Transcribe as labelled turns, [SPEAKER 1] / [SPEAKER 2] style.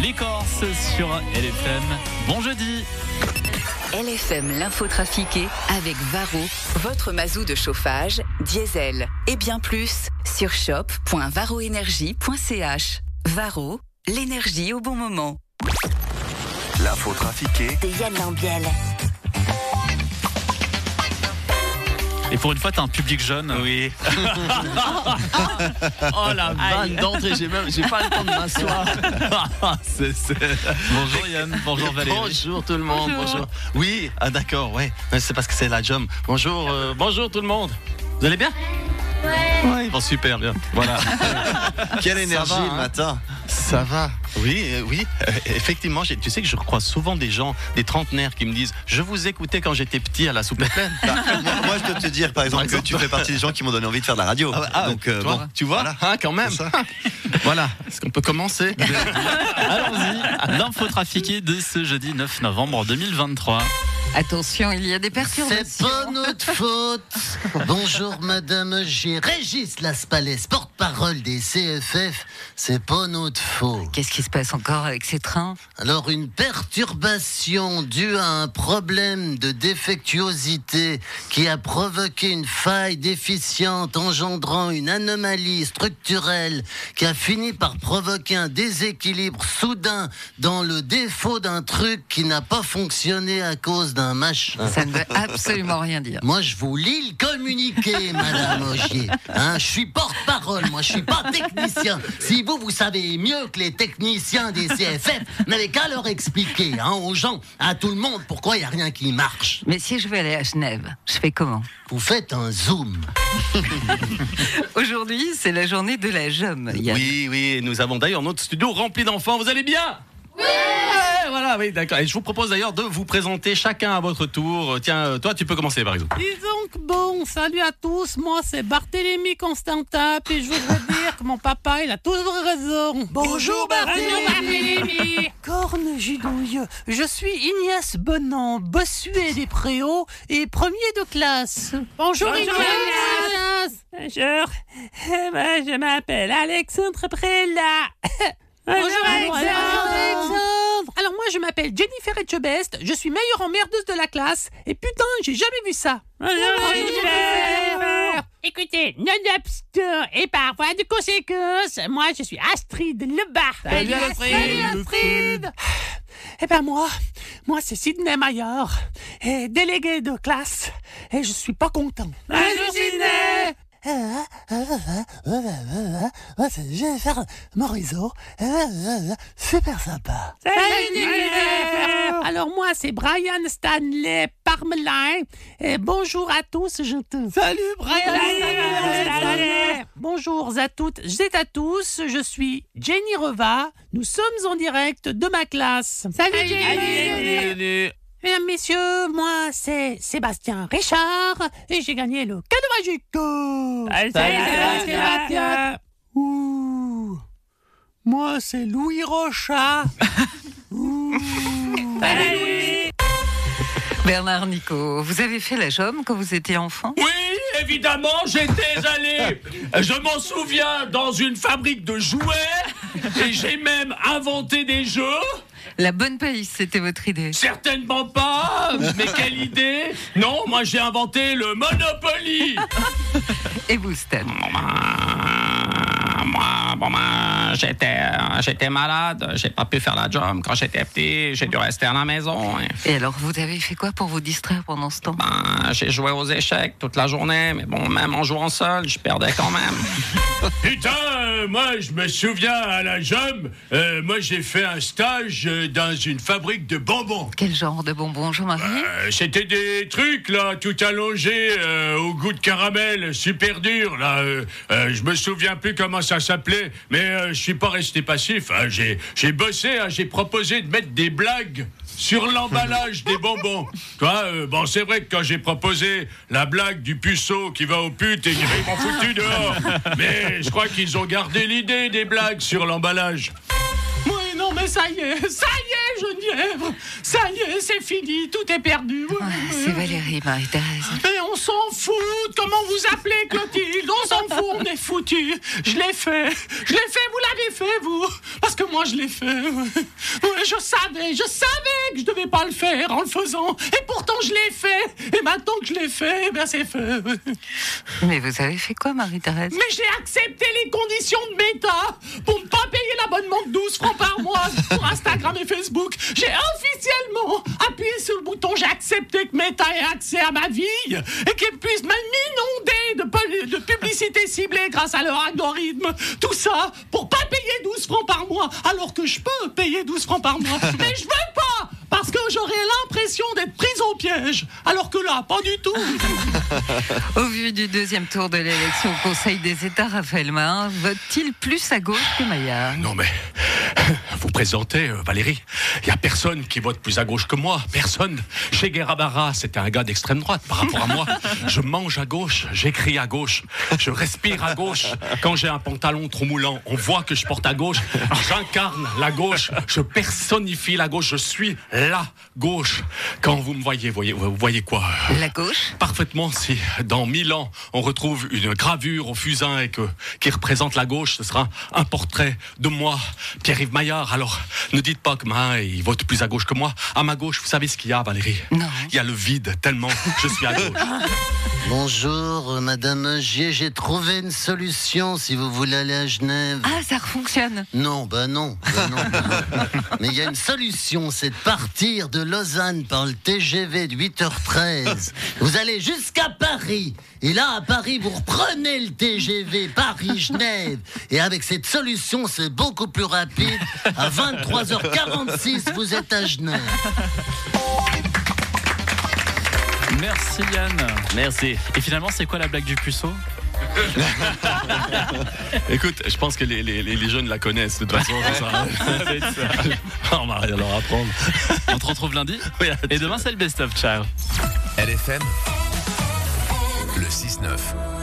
[SPEAKER 1] les Corses sur LFM. Bon jeudi
[SPEAKER 2] LFM l'info trafiquée avec Varro, votre mazou de chauffage, diesel et bien plus sur shop.varroénergie.ch. Varro, l'énergie au bon moment.
[SPEAKER 3] L'info trafiquée
[SPEAKER 4] de Yann Lambiel.
[SPEAKER 1] Et pour une fois, t'as un public jeune.
[SPEAKER 5] Oui. oh la vanne d'entrée, j'ai même, j'ai pas le temps de m'asseoir.
[SPEAKER 1] C'est- c'est- Bonjour Yann, bonjour Valérie.
[SPEAKER 5] Bonjour tout le monde. Bonjour. Oui, ah, d'accord, ouais. Ouais, C'est parce que c'est la jump. Bonjour, euh, bonjour tout le monde. Vous allez bien Ouais. Bon, super bien. Voilà.
[SPEAKER 3] Quelle énergie
[SPEAKER 5] va,
[SPEAKER 3] le
[SPEAKER 5] hein.
[SPEAKER 3] matin
[SPEAKER 5] Ça va. Oui, euh, oui. Euh, effectivement, j'ai- tu sais que je croise souvent des gens, des trentenaires qui me disent Je vous écoutais quand j'étais petit à la soupe pleine.
[SPEAKER 3] Bah, moi, moi, je peux te dire par exemple que tu fais partie des gens qui m'ont donné envie de faire de la radio. Donc euh,
[SPEAKER 5] tu vois,
[SPEAKER 3] bon,
[SPEAKER 5] tu vois hein, quand même.
[SPEAKER 3] c'est ça.
[SPEAKER 5] Voilà, est-ce qu'on peut commencer
[SPEAKER 1] Allons-y, l'info trafiquée de ce jeudi 9 novembre 2023.
[SPEAKER 6] Attention, il y a des
[SPEAKER 7] C'est
[SPEAKER 6] perturbations.
[SPEAKER 7] pas notre faute. Bonjour Madame G. Régis Laspalès, porte-parole des CFF. C'est pas notre faute.
[SPEAKER 6] Qu'est-ce qui se passe encore avec ces trains
[SPEAKER 7] Alors une perturbation due à un problème de défectuosité qui a provoqué une faille déficiente engendrant une anomalie structurelle qui a fini par provoquer un déséquilibre soudain dans le défaut d'un truc qui n'a pas fonctionné à cause d'un machin.
[SPEAKER 6] Ça ne veut absolument rien dire.
[SPEAKER 7] Moi, je vous lis le communiqué, Madame Augier. Hein, je suis porte-parole, moi, je suis pas technicien. Si vous, vous savez mieux que les techniciens des CFF, n'avez qu'à leur expliquer hein, aux gens, à tout le monde, pourquoi il n'y a rien qui marche.
[SPEAKER 6] Mais si je veux aller à Genève, je fais comment
[SPEAKER 7] Vous faites un zoom.
[SPEAKER 6] Aujourd'hui, c'est la journée de la JOM. Il y a-
[SPEAKER 5] Oui, oui, et nous avons d'ailleurs notre studio rempli d'enfants. Vous allez bien Ouais, voilà, oui, d'accord. Et je vous propose d'ailleurs de vous présenter chacun à votre tour. Euh, Tiens, euh, toi, tu peux commencer par exemple.
[SPEAKER 8] Dis donc, bon, salut à tous, moi c'est Barthélémy Constantin, et je voudrais dire que mon papa, il a toujours raison. Bonjour Barthélémy Corne gidouille, je suis Ignace Bonan, bossuet des préaux et premier de classe. Bonjour, Ignace Bonjour, moi je m'appelle Alexandre Prella. Bonjour Alexandre Alors moi je m'appelle Jennifer Etchebest, je suis meilleure emmerdeuse de la classe et putain j'ai jamais vu ça Bonjour Jennifer Écoutez, nonobstant et par voie de conséquence, moi je suis Astrid Lebas Salut Astrid, Eh ben moi, moi c'est Sidney Maillard, et délégué de classe, et je suis pas content Bonjour Sidney
[SPEAKER 9] Moi, c'est Jennifer Morisot. Euh, euh, euh, Super sympa.
[SPEAKER 8] Alors moi, c'est Brian Stanley Parmelin. Et bonjour à tous, je te... Salut Brian Stanley Bonjour à toutes et à tous, je suis Jenny Reva. Nous sommes en direct de ma classe. Salut Jenny Mesdames, messieurs, moi c'est Sébastien Richard et j'ai gagné le cadeau magique. Salut Sébastien
[SPEAKER 9] Ouh. Moi, c'est Louis Rocha.
[SPEAKER 6] Bernard Nico, vous avez fait la JOM quand vous étiez enfant
[SPEAKER 10] Oui, évidemment, j'étais allé, je m'en souviens, dans une fabrique de jouets et j'ai même inventé des jeux.
[SPEAKER 6] La bonne paille, c'était votre idée.
[SPEAKER 10] Certainement pas, Ah, mais quelle idée Non, moi j'ai inventé le Monopoly.
[SPEAKER 6] Et vous, Stan
[SPEAKER 5] Moi, bon, ben, j'étais, euh, j'étais malade, j'ai pas pu faire la job quand j'étais petit, j'ai dû rester à la maison. hein. Et,
[SPEAKER 6] Et alors, vous avez fait quoi pour vous distraire pendant ce temps
[SPEAKER 5] ben, j'ai joué aux échecs toute la journée, mais bon, même en jouant seul, je perdais quand même.
[SPEAKER 10] Putain, euh, moi je me souviens à la JOM, euh, moi j'ai fait un stage euh, dans une fabrique de bonbons.
[SPEAKER 6] Quel genre de bonbons, Jean-Marie
[SPEAKER 10] Euh, C'était des trucs là, tout allongés, euh, au goût de caramel, super dur là. euh, euh, je me souviens plus comment ça s'appelait, mais euh, je suis pas resté passif. hein, j'ai, j'ai bossé, hein, j'ai proposé de mettre des blagues sur l'emballage des bonbons. Quoi euh, Bon, c'est vrai que quand j'ai proposé la blague du puceau qui va aux putes et qui ils m'ont foutu dehors, mais je crois qu'ils ont gardé l'idée des blagues sur l'emballage.
[SPEAKER 5] Oui, non, mais
[SPEAKER 8] ça y est, ça y est, Geneviève, ça y est, c'est fini, tout est perdu.
[SPEAKER 6] Ouais, c'est Valérie, Marie-Thérèse.
[SPEAKER 8] Mais on s'en fout de comment vous appelez Clotilde, on s'en fout, on est foutu. Je l'ai fait, je l'ai fait, vous l'avez fait, vous. Parce que moi, je l'ai fait. Ouais, je savais, je savais que je devais pas le faire en le faisant. Et pourtant, je l'ai fait. Et maintenant que je l'ai fait, eh ben c'est fait.
[SPEAKER 6] Mais vous avez fait quoi, Marie-Thérèse
[SPEAKER 8] Mais j'ai accepté les conditions de bêta pour ne pas payer l'abonnement de 12 francs par mois pour Instagram et Facebook. J'ai officiellement appuyé sur le bouton, j'ai accepté que Meta ait accès à ma vie et qu'elle puisse m'inonder de, pu- de publicités ciblées grâce à leur algorithme. Tout ça pour pas payer 12 francs par mois alors que je peux payer 12 francs par mois. Mais je veux pas parce que j'aurais l'impression d'être prise au piège alors que là, pas du tout.
[SPEAKER 6] Au vu du deuxième tour de l'élection au Conseil des États, Raphaël Mahin vote-t-il plus à gauche que Maillard
[SPEAKER 10] Non mais, euh, vous présentez euh, Valérie. Il y a personne qui vote plus à gauche que moi. Personne. Chez Guerrabara, c'était un gars d'extrême droite par rapport à moi. Je mange à gauche, j'écris à gauche, je respire à gauche. Quand j'ai un pantalon trop moulant, on voit que je porte à gauche. J'incarne la gauche, je personnifie la gauche, je suis la gauche. Quand vous me voyez, voyez vous voyez quoi euh,
[SPEAKER 6] La gauche
[SPEAKER 10] Parfaitement, si dans mille ans on retrouve une gravure au fusain et que qui représente la gauche, ce sera un portrait de moi, Pierre-Yves Maillard. Alors, ne dites pas que Mahin il vote plus à gauche que moi. À ma gauche, vous savez ce qu'il y a, Valérie
[SPEAKER 6] Non.
[SPEAKER 10] Il y a le vide tellement je suis à gauche.
[SPEAKER 7] Bonjour, euh, Madame Angier, j'ai trouvé une solution si vous voulez aller à Genève.
[SPEAKER 6] Ah, ça fonctionne.
[SPEAKER 7] Non, bah non, bah non. Mais il y a une solution, c'est de partir de Lausanne par le TGV de 8h13. Vous allez jusqu'à Paris. Et là, à Paris, vous reprenez le TGV Paris-Genève. Et avec cette solution, c'est beaucoup plus rapide. À 23h46, vous êtes à Genève.
[SPEAKER 1] Merci Yann.
[SPEAKER 10] Merci.
[SPEAKER 1] Et finalement, c'est quoi la blague du puceau
[SPEAKER 10] Écoute, je pense que les, les- les- les jeunes la connaissent de toute façon. c'est ça. on va rien leur apprendre.
[SPEAKER 1] Ah, bah, On te retrouve lundi.
[SPEAKER 10] Oui, à
[SPEAKER 1] Et demain, c'est le best-of. Ciao.
[SPEAKER 11] LFM, le 6-9.